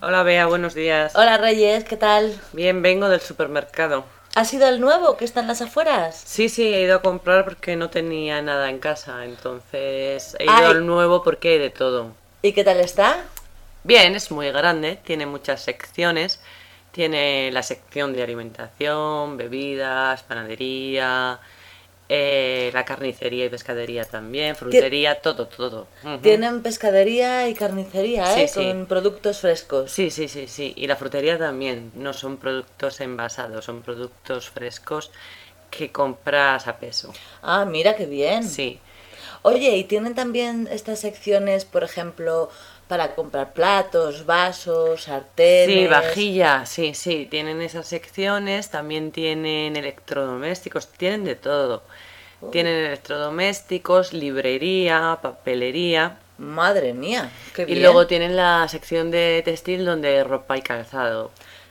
Hola Bea, buenos días. Hola Reyes, ¿qué tal? Bien, vengo del supermercado. ¿Has ido al nuevo que está en las afueras? Sí, sí, he ido a comprar porque no tenía nada en casa, entonces he ido Ay. al nuevo porque hay de todo. ¿Y qué tal está? Bien, es muy grande, tiene muchas secciones. Tiene la sección de alimentación, bebidas, panadería, eh, la carnicería y pescadería también, frutería, todo, todo. Ujú. Tienen pescadería y carnicería, Sí, ¿eh? sí. Con productos frescos. Sí, sí, sí, sí. Y la frutería también. No son productos envasados, son productos frescos que compras a peso. Ah, mira qué bien. Sí. Oye, ¿y tienen también estas secciones, por ejemplo, para comprar platos, vasos, sartenes? Sí, vajilla, sí, sí. Tienen esas secciones, también tienen electrodomésticos, tienen de todo. Oh. Tienen electrodomésticos, librería, papelería. Madre mía, qué bien. Y luego tienen la sección de textil donde ropa y calzado.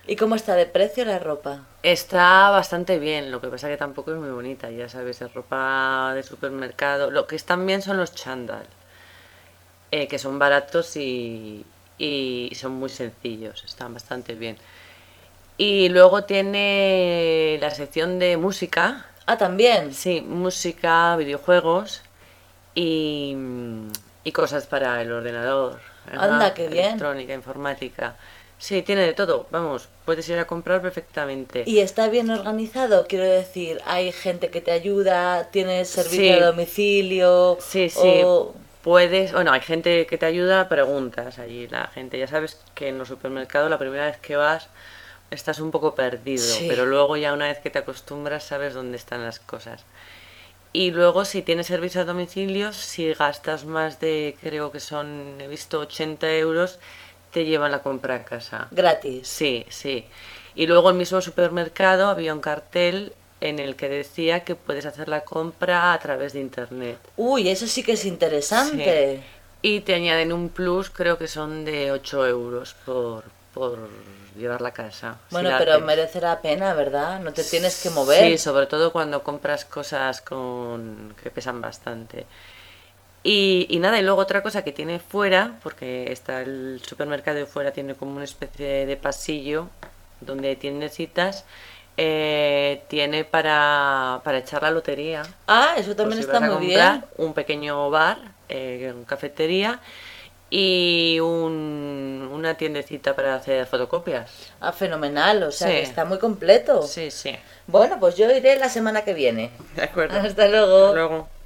¿Y cómo está de precio la ropa? Está bastante bien, lo que pasa que tampoco es muy bonita, ya sabes, es ropa de supermercado. Lo que están bien son los chándal, eh, que son baratos y, y son muy sencillos, están bastante bien. Y luego tiene la sección de música, Ah, también. sí, música, videojuegos y, mm, y cosas para el ordenador. ¿verdad? Anda, qué bien. Electrónica, informática. Sí, tiene de todo, vamos, puedes ir a comprar perfectamente. ¿Y está bien organizado? Quiero decir, hay gente que te ayuda, tienes servicio Sí. a domicilio. Sí, sí. o- Puedes, bueno, hay gente que te ayuda, preguntas allí. La gente, ya sabes que en los supermercados la primera vez que vas estás un poco perdido, Sí. pero luego ya una vez que te acostumbras sabes dónde están las cosas. Y luego si tienes servicio a domicilio, si gastas más de, creo que son, he visto 80 euros, te llevan la compra a casa. Gratis. Sí, sí. Y luego el mismo supermercado había un cartel en el que decía que puedes hacer la compra a través de internet. Uy, eso sí que es interesante. Y te añaden un plus, creo que son de 8 euros por, por llevar la casa. si Bueno, la pero haces. merece la pena, ¿verdad? No te tienes que Sí, mover. sobre todo cuando compras cosas con que pesan bastante. Y, y nada, y luego otra cosa que tiene fuera, porque está el supermercado de fuera, tiene como una especie de pasillo donde hay tiendecitas, eh, tiene para, para echar la lotería. Ah, eso también Pues si está vas a muy comprar bien. Un pequeño bar, eh, una cafetería y un- una tiendecita para hacer fotocopias. Ah, fenomenal, o sea, Sí. que está muy completo. Sí, sí. Bueno, pues yo iré la semana que viene. De acuerdo. Hasta luego. Luego.